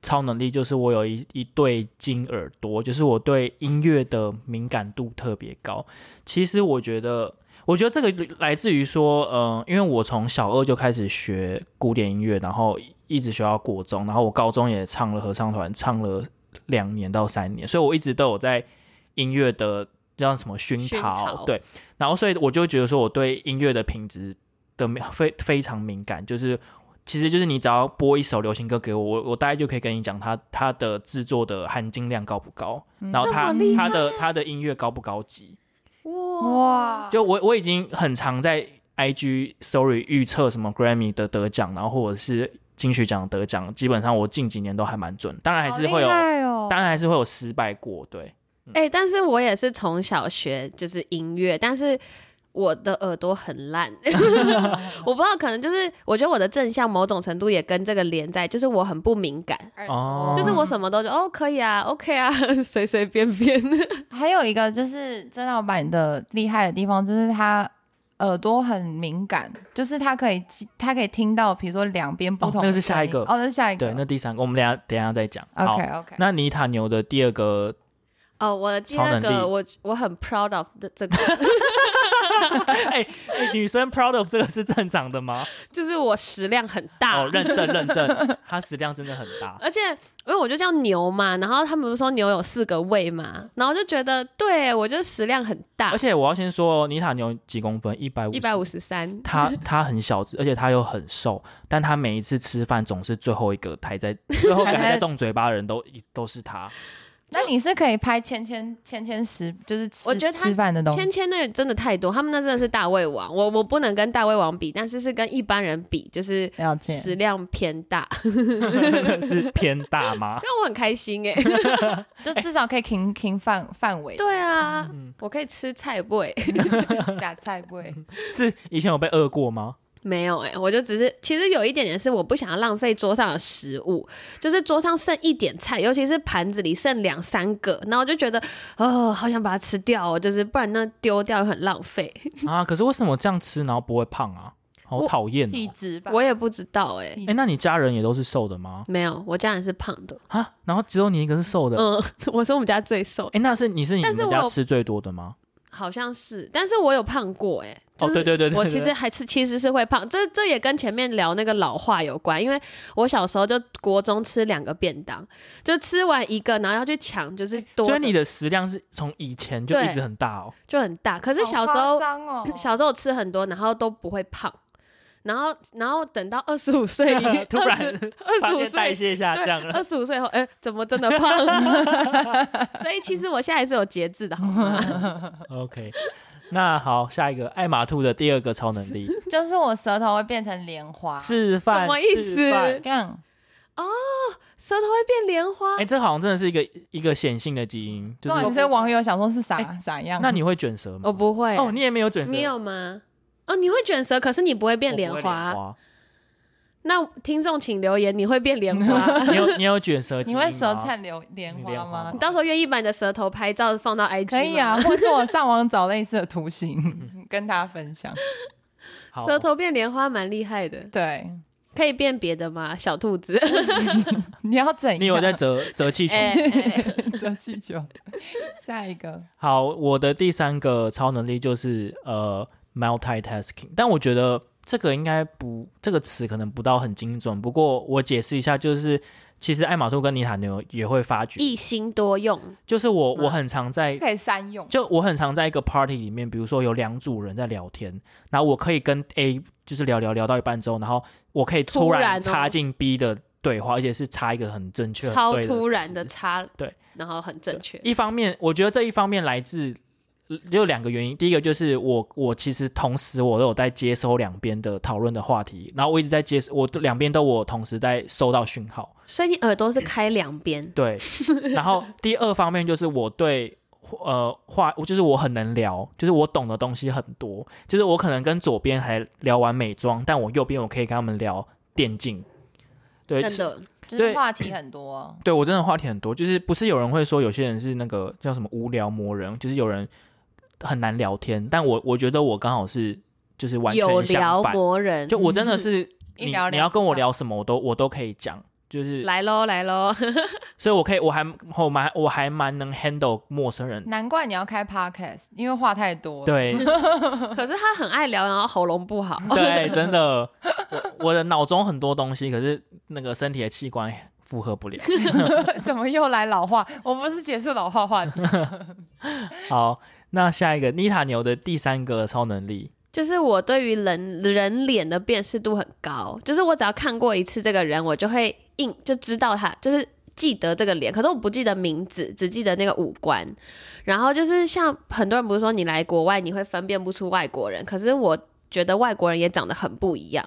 A: 超能力就是我有一一对金耳朵，就是我对音乐的敏感度特别高。其实我觉得，我觉得这个来自于说，嗯、因为我从小二就开始学古典音乐，然后一直学到国中，然后我高中也唱了合唱团，唱了两年到三年，所以我一直都有在音乐的叫什么熏
B: 熏
A: 陶，
B: 陶
A: 对，然后所以我就觉得说，我对音乐的品质的非非常敏感，就是其实就是你只要播一首流行歌给我，我我大概就可以跟你讲它它的制作的含金量高不高，
C: 嗯
A: 然后它
B: 这么厉害
A: 它的它的音乐高不高级。
C: 哇
B: 哇，
A: 就我我已经很常在 IG Story 预测什么 Grammy 的得奖，然后或者是金曲奖的得奖，基本上我近几年都还蛮准，当然还是会有，
C: 好厉害哦
A: 当然还是会有失败过，对。
B: 哎、但是我也是从小学就是音乐，但是我的耳朵
A: *laughs*
B: 很烂，我不知道，可能就是我觉得我的正向某种程度也跟这个连在，就是我很不敏感，
A: 哦
B: 就是我什么都觉得哦可以啊，OK 啊， *laughs* 随随便便。
C: 还有一个就是曾老板的厉害的地方，就是他耳朵很敏感，就是他可以他可以听到，比如说两边不同
A: 哦那
C: 的声音、
A: 是下一个
C: 哦，那是下一个。
A: 对，那第三个我们等一下等一下再讲。好
C: OK，OK，
A: 那尼塔牛的第二个
B: 哦，我的第
A: 超
B: 二
A: 能力
B: 个，我我很 proud of 这这个，
A: 哎、哎女生 proud of 这个是正常的吗？
B: 就是我食量很大。
A: 哦，认证认证，她食量真的很大。
B: 而且，因为我就叫牛嘛，然后他们不是说牛有四个胃嘛，然后就觉得对我就食量很大
A: 而，且我要先说哦，妮塔牛几公分？一百五，
B: 啊一百五。十三，
A: 她她很小只，而且她又很瘦，但她每一次吃饭总是最后一个还在，最后一个还在动嘴巴的人都都是
B: *laughs*
A: 她。
C: 那你是可以拍芊芊芊芊食，就是吃
B: 我觉得他
C: 吃饭的东西
B: 芊。芊那个真的太多，他们那真的是大胃王，我我不能跟大胃王比，但是是跟一般人比，就是
C: 了解，
B: 食量偏大， *laughs*
A: 是偏大吗？ *laughs*
B: 但我很开心哎、
C: 就至少可以 *laughs* 停停范范 *laughs* 围，
B: 对啊，
A: 嗯
B: 我可以吃菜味，
C: 假菜
B: *laughs*
C: 味。
A: 是以前有被饿过吗？
B: 没有哎、我就只是其实有一点点是我不想要浪费桌上的食物，就是桌上剩一点菜，尤其是盘子里剩两三个，然后我就觉得哦，好想把它吃掉哦，就是不然那丢掉很浪费。
A: 啊，可是为什么这样吃然后不会胖啊？好
B: 我
A: 讨厌哦！
C: 质吧
B: 我也不知道哎、
A: 哎、那你家人也都是瘦的吗？
B: 没有，我家人是胖的，
A: 啊，然后只有你一个是瘦的。
B: 嗯， *laughs* 我是我们家最瘦的，
A: 哎、那是你是你
B: 但是
A: 们
B: 我
A: 家
B: 有
A: 吃最多的吗？
B: 好像是，但是我有胖过哎、
A: 哦
B: 就是
A: 对对对对
B: 我
A: 对
B: 其实
A: 对
B: 还是其实是会胖，这这也跟前面聊那个老化有关，因为我小时候就国中吃两个便当，就吃完一个，然后要去抢，就是多
A: 所
B: 的，
A: 以你的食量是从以前就一
B: 对
A: 直很大哦。
B: 就很大。
C: 可
B: 可是小时候、
C: 小
B: *laughs* 小时候吃很多，然后都不会胖，然后然后等到二十五岁，
A: *laughs* 突然
B: 二
A: 发
B: 十五
A: 现代
B: 岁
A: 谢下降
B: 对，
A: 了。
B: 二十五岁后，哎、怎么真的胖了？ *laughs* 所以其实我现在还是有节制的，
A: *laughs*
B: 好吗？
A: OK，那好，下一个爱马兔的第二个超能力
C: 就是我舌头会变成莲花，
A: 示范，
B: 什么意思
A: 示范
C: 这样。
B: 舌头会变莲花
A: 哎、，这好像真的是一个一个显性的基因，就
C: 重
A: 是哎
C: 点是网友想说是啥啥样？
A: 那你会卷舌吗？
B: 我不会、
A: 哦，你也没有卷舌，
B: 你有吗？哦，你会卷舌，可是你不会变
A: 我不会
B: 莲
A: 莲
B: 花。。那听众请留言，你会变莲花？
A: *laughs* 你
B: *laughs*
A: 有你有卷舌基
C: 你
A: 因吗，
C: 会舌灿莲莲
A: 莲花
C: 花吗
A: 吗
B: 你？到时候愿意把你的舌头拍照放到 IG
C: 可以啊，
B: 吗，
C: 或是我上网找类似的
A: *laughs*
C: 图形跟大家分享。
A: 好
B: 舌头变莲花蛮厉害的，
C: 对，
B: 可以变别的吗？小兔子，
C: 你要怎样？
A: 你有在
C: *laughs*
A: 折折气球？
B: *laughs* 哎哎
C: 折气球？下一个
A: 好，我的第三个超能力就是呃 multitasking，但我觉得这个应该不这个词可能不到很精准，不过我解释一下，就是其实艾玛兔跟尼塔牛也会发觉，
B: 一嗯心多用，
A: 就是我
B: 吗
A: 我很常在。
C: 可以三用，
A: 就我很常在一个 party 里面，比如说有两组人在聊天，然后我可以跟 A 就是聊聊聊到一半之后，然后我可以突
B: 突然
A: 然
B: 哦
A: 插进 B 的对话，而且是插一个很正确、很
B: 超
A: 对的
B: 突然
A: 词
B: 的插，
A: 对，
B: 然后很正确。
A: 一方面，我觉得这一方面来自呃有两个原因。第一个就是我，我其实同时我都有在接收两边的讨论的话题，然后我一直在接收，我两边都我同时在收到讯号。
B: 所以你耳朵是开两边，
A: 对，然后第二方面就是我对。呃，话就是我很能聊，就是我懂的东西很多，就是我可能跟左边还聊完美妆，但我右边我可以跟他们聊电竞，对，
B: 真的
C: 就是
A: 对
C: 话题很多。
A: 对我真的话题很多，就是不是有人会说有些人是那个叫什么无聊魔人，就是有人很难聊天，但我我觉得我刚好是就是完
B: 有
A: 全相
B: 聊
A: 反。
B: 魔人，
A: 就我真的是
C: 一
A: 你
C: 聊
A: 你
C: 两
A: 要跟我
C: 不散
A: 聊什么，我都我都可以讲，就是
B: 来喽来喽，
A: 所以我可以我还我蛮我还蛮能 handle 陌生人。
C: 难怪你要开 podcast，因为话太多。，
A: 对
B: *laughs* 可是他很爱聊，然后喉咙不好，
A: 对，真的，我我的脑中很多东西，可是那个身体的器官负荷不了。
C: *laughs* 怎么又来老话？我们不是结束老话话题，
A: 好，那下一个妮塔牛的第三个超能力，
B: 就是我对于人人脸的辨识度很高，就是我只要看过一次这个人，我就会印就知道他，就是记得这个脸，可是我不记得名字，只记得那个五官。然后就是像很多人不是说你来国外你会分辨不出外国人，可是我觉得外国人也长得很不一样。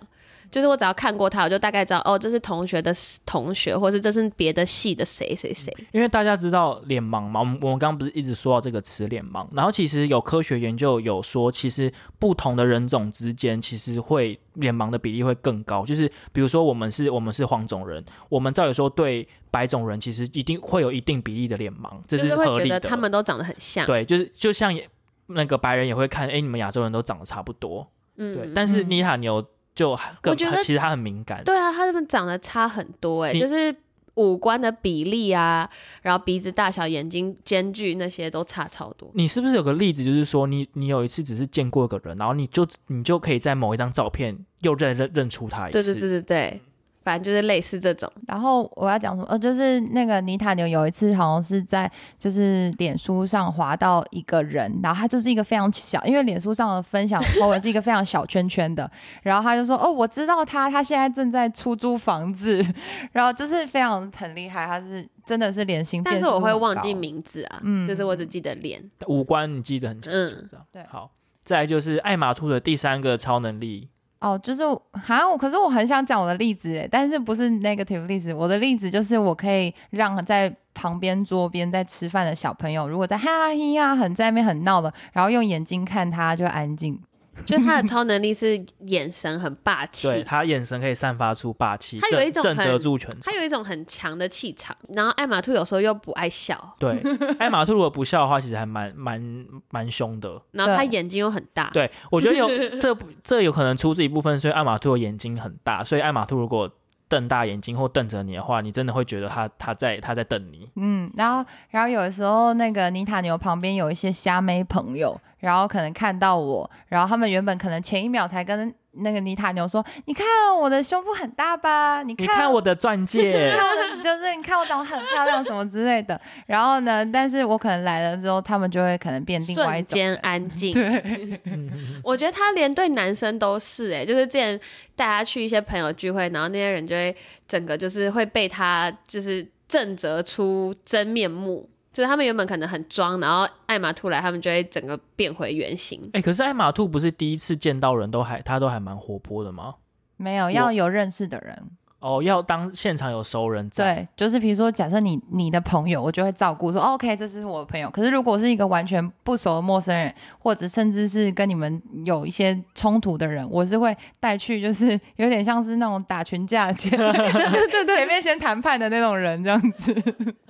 B: 就是我只要看过他，我就大概知道哦，这是同学的 s- 同学，或是这是别的系的谁谁谁。
A: 因为大家知道脸盲嘛，我们我们刚刚不是一直说到这个词脸盲，然后其实有科学研究有说，其实不同的人种之间其实会脸盲的比例会更高，就是比如说我们是我们是黄种人，我们照理说对白种人其实一定会有一定比例的脸盲，这
B: 就是会
A: 合
B: 觉
A: 理的。
B: 得他们都长得很像，
A: 对，就是就像也那个白人也会看，哎、你们亚洲人都长得差不多，
B: 嗯，
A: 对，但是
C: 嗯
A: 妮塔牛就更
B: 我觉得
A: 其实他很敏感，
B: 对啊，他们长得差很多哎、
A: 你
B: 就是五官的比例啊，然后鼻子大小、眼睛间距那些都差超多。
A: 你是不是有个例子，就是说你你有一次只是见过一个人，然后你就你就可以在某一张照片又再认认出他一
B: 对
A: 次？
B: 对对对对，反正就是类似这种。
C: 然后我要讲什么？呃，就是那个妮塔牛有一次好像是在就是脸书上滑到一个人，然后他就是一个非常小，因为脸书上的分
B: *laughs*
C: 享 po 文是一个非常小圈圈的，然后他就说哦，我知道他，他现在正在出租房子， *laughs* 然后就是非常很厉害，他是真的是脸型，
B: 但是我会忘记，名字啊，
C: 嗯
B: 就是我只记得脸。
A: 五官你记得很清楚
B: 嗯
A: 的。
C: 对
A: 好，再来就是艾玛兔的第三个超能力，
C: 哦，就是哈，我可是我很想讲我的例子耶，欸但是不是 negative 例子，我的例子就是我可以让在旁边桌边在吃饭的小朋友，如果在哈哈嘿呀、很在那边很闹的，然后用眼睛看他就安静。
B: 就是他的超能力是眼神很霸气，
A: 对他眼神可以散发出霸气，
B: 他有一
A: 震
B: 种
A: 震慑
B: 很
A: 住全场
B: 他。有一种很强的气场。然后艾玛兔有时候又不爱笑， *laughs*
A: 对，艾玛兔如果不笑的话，其实还蛮蛮蛮凶的。
B: 然后他
C: 对
B: 眼睛又很大。 *laughs*
A: 对我觉得有这这有可能出自一部分，所以艾玛兔的眼睛很大，所以艾玛兔如果瞪大眼睛或瞪着你的话，你真的会觉得他他在他在瞪你。
C: 嗯，然后然后有的时候那个妮塔牛旁边有一些虾妹朋友，然后可能看到我，然后他们原本可能前一秒才跟那个妮塔牛说：“你看我的胸部很大吧？你
A: 你
C: 看
A: 看我的钻
B: *laughs*
A: 戒，
C: 就是你看我长得很漂亮什么之类的。然后呢，但是我可能来了之后，他们就会可能变另外一种
B: 瞬间
C: 人。
B: 安静，
A: *laughs* 嗯
B: 我觉得他连对男生都是哎、就是之前带他去一些朋友聚会，然后那些人就会整个就是会被他就是震折出真面目，就是他们原本可能很装，然后艾玛突来，他们就会整个变回原形。
A: 哎、可是艾玛兔不是第一次见到人都还他都还蛮活泼的吗？
C: 没有要有认识的人，
A: 哦，要当现场有熟人在，
C: 对，就是比如说，假设你你的朋友，我就会照顾说、哦 OK，这是我的朋友。可是如果是一个完全不熟的陌生人，或者甚至是跟你们有一些冲突的人，我是会带去，就是有点像是那种打群架前
B: *laughs* 对对
C: *laughs* 前
B: 对，
C: 面先谈判的那种人这样子。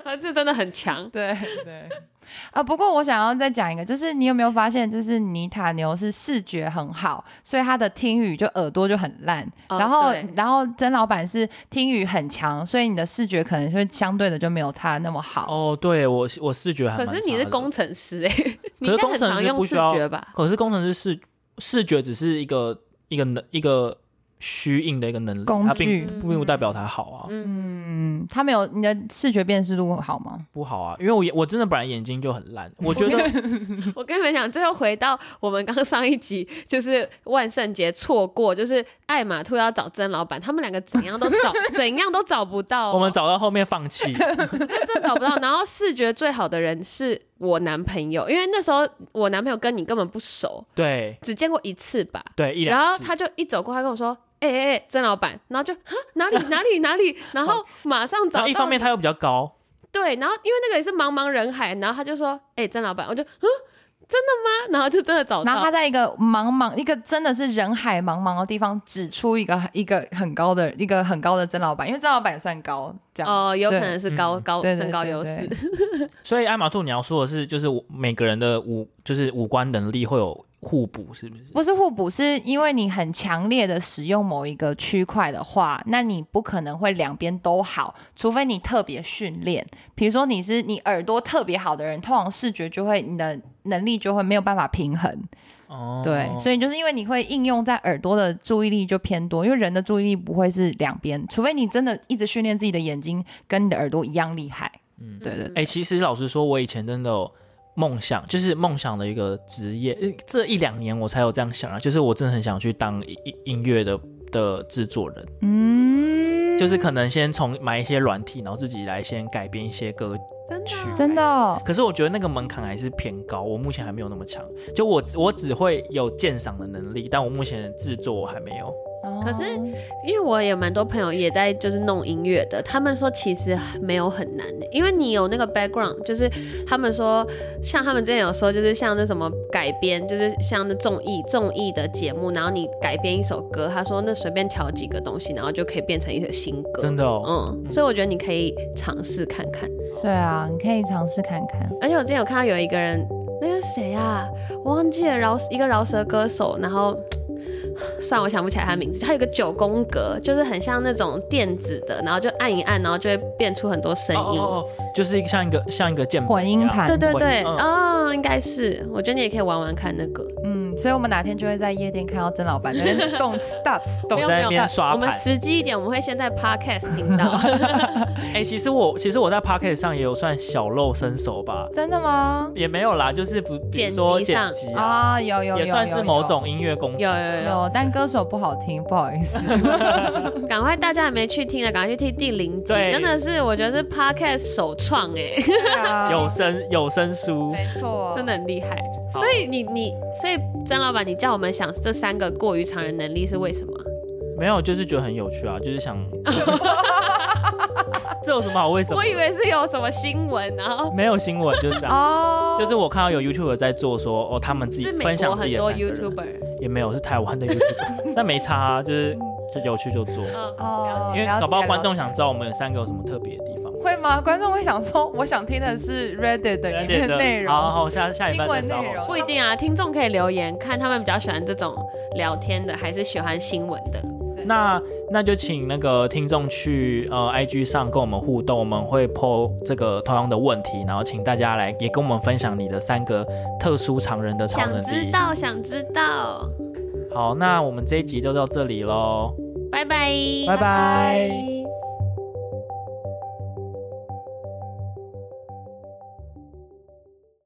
B: 他这真的很
C: *laughs*
B: 强。
C: 对对。啊，不过我想要再讲一个，就是你有没有发现，就是尼塔牛是视觉很好，所以他的听语就耳朵就很烂。
B: 哦
C: 然后
B: 对，
C: 然后曾老板是听语很强，所以你的视觉可能就相对的就没有他那么好。
A: 哦，对我我视觉还
B: 可
A: 蛮
B: 是
A: 差
B: 你是
A: 的
B: 工程师哎、 *laughs* 你
A: 可
B: 应
A: 是
B: 该很
A: 工程
B: 常
A: 师
B: 用
A: 不
B: 视
A: 需要
B: 觉吧？
A: 可是工程师视视觉只是一个一个能一个虚应的一个能力，
C: 工
A: 它并
C: 具
A: 并不代表他好啊，
B: 嗯，
C: 嗯，他没有你的视觉辨识度好吗？
A: 不好啊，因为我眼我真的本来眼睛就很烂，我觉得
B: 我跟你们讲，这又回到我们刚上一集，就是万圣节错过，就是艾玛兔要找曾老板，他们两个怎样都
A: *laughs*
B: 找，怎样都找不到哦、
A: 我们找到后面放
B: *laughs*
A: 弃，
B: 真找不到。然后视觉最好的人是我男朋友，因为那时候我男朋友跟你根本不熟，
A: 对
B: 只见过一次吧。
A: 对，一
B: 然
A: 两
B: 后
A: 次
B: 他就一走过，他跟我说：“哎哎哎，曾老板。”然后就哈哪里哪里哪里，
A: *laughs*
B: 然后马上
A: 然
B: 找
A: 后
B: 到。
A: 一方面他又比较高，
B: 对，然后因为那个也是茫茫人海，然后他就说：“哎，曾老板。”我就嗯。真的吗？然后就真的找
C: 然后他
B: 到，
C: 在一个茫茫、一个真的是人海茫茫的地方，指出一个一个很高的、一个很高的曾老板，因为曾老板也算高，这样。
B: 哦，有可
C: 对
B: 能是高
A: 嗯
B: 高
C: 对对
B: 身高
C: 对
B: 优
C: 对
B: 势，
A: 所以艾玛兔你要说的是，就是我每个人的五就是五官能力会有互补，是不是？
C: 不是互补，是因为你很强烈的使用某一个区块的话，那你不可能会两边都好，除非你特别训练。比如说你是你耳朵特别好的人，通常视觉就会你的能力就会没有办法平衡。
A: 哦，
C: 对，所以就是因为你会应用在耳朵的注意力就偏多，因为人的注意力不会是两边，除非你真的一直训练自己的眼睛跟你的耳朵一样厉害。
A: 嗯
C: 对对
A: 哎、其实老实说，我以前真的有梦想，就是梦想的一个职业。呃这一两年我才有这样想啊，就是我真的很想去当音音音乐的的制作人，
C: 嗯，
A: 就是可能先从买一些软体，然后自己来先改编一些歌。
B: 真
A: 去
B: 的啊
C: 真的哦、
A: 可是我觉得那个门槛还是偏高，我目前还没有那么强。就我只我只会有鉴赏的能力，但我目前制作我还没有。
B: 可是因为我也蛮多朋友也在就是弄音乐的，他们说其实没有很难的，因为你有那个 background，就是他们说像他们之前有说，就是像那什么改编，就是像那综艺综艺的节目，然后你改编一首歌，他说那随便调几个东西，然后就可以变成一首新歌。
A: 真的哦，
B: 嗯，所以我觉得你可以尝试看看。
C: 对啊，你可以尝试看看。
B: 而且我之前有看到有一个人，那个谁啊，我忘记了饶一个饶舌歌手，然后 *sighs* 算了我想不起来他名字，他有个九宫格，就是很像那种电子的，然后就按一按，然后就会变出很多声
A: 哦
B: 音。
A: 哦哦，就是像一个像一个键盘
C: 混音
A: 一样
C: 盘
B: 对对
A: 混
B: 对，
A: 嗯
B: 哦，应该是，我觉得你也可以玩玩看那个。
C: 嗯，所以我们哪天就会在夜店看到曾老板在那边动次大次动
B: 没
A: 我
B: 有
A: 在
B: 没
A: 那
B: 有
A: 边刷
B: 我们
A: 盘。
B: 实际一点，我们会先在 podcast 听到。
A: *laughs* 哎、其实我其实我在 p o c k e t 上也有算小露身手吧，
C: 真的吗？
A: 也没有啦，就是不比
B: 剪
A: 如说
B: 辑
A: 剪
B: 上
A: 辑啊，
C: 啊，有有有，
A: 也算
C: 有
A: 是某。种音乐工
B: 有
A: 程。
B: 有有
C: 有，但歌手不好听，不好意思。
B: 有，赶快大家还没去听的，赶快去听第零集，
A: 对
B: 真的是我觉得是 podcast 首创哎、
A: *laughs* 有声有声书，
C: 啊没错，
B: 真的很厉害。
A: 好
B: 所以你你所以曾老板，你叫我们想这三个过于常人能力是为什么？
A: 没有就是觉得很有趣啊，就是
B: *laughs*
A: 想， *laughs* 这有什么好为什么？
B: 我以为是有什么新闻，然后
A: 没有新闻就是这样，
C: 哦，
A: 就是我看到有 YouTuber 在做说哦，他们自己
B: 是美
A: 分
B: 国
A: 享自
B: 很
A: 己的
B: 多
A: 三个人
B: YouTuber，
A: 也没有是台湾的
B: *laughs*
A: YouTuber，但没差、啊，就是就有趣就做，
B: 嗯，
C: 哦
B: 了，
A: 因为
C: 了解
A: 搞不好
C: 了
A: 观众
C: 解
A: 想知道我们三个有什么特别的地方。
C: 会吗？观众会想说，我想听的是 Reddit 的里面的内容。
A: 好好下下一
C: 新
A: 半再
C: 闻
A: 找
C: 内
A: 好
C: 容
A: 了
B: 不一定啊，听众可以留言看他们比较喜欢这种聊天的，还是喜欢新闻的。
A: 那那就请那个听众去呃 IG 上跟我们互动，我们会 po 这个同样的问题，然后请大家来也跟我们分享你的三个特殊常人的超能
B: 想知
A: 力。
B: 道，想知道，
A: 好，那我们这一集就到这里喽，
B: 拜拜，
A: 拜拜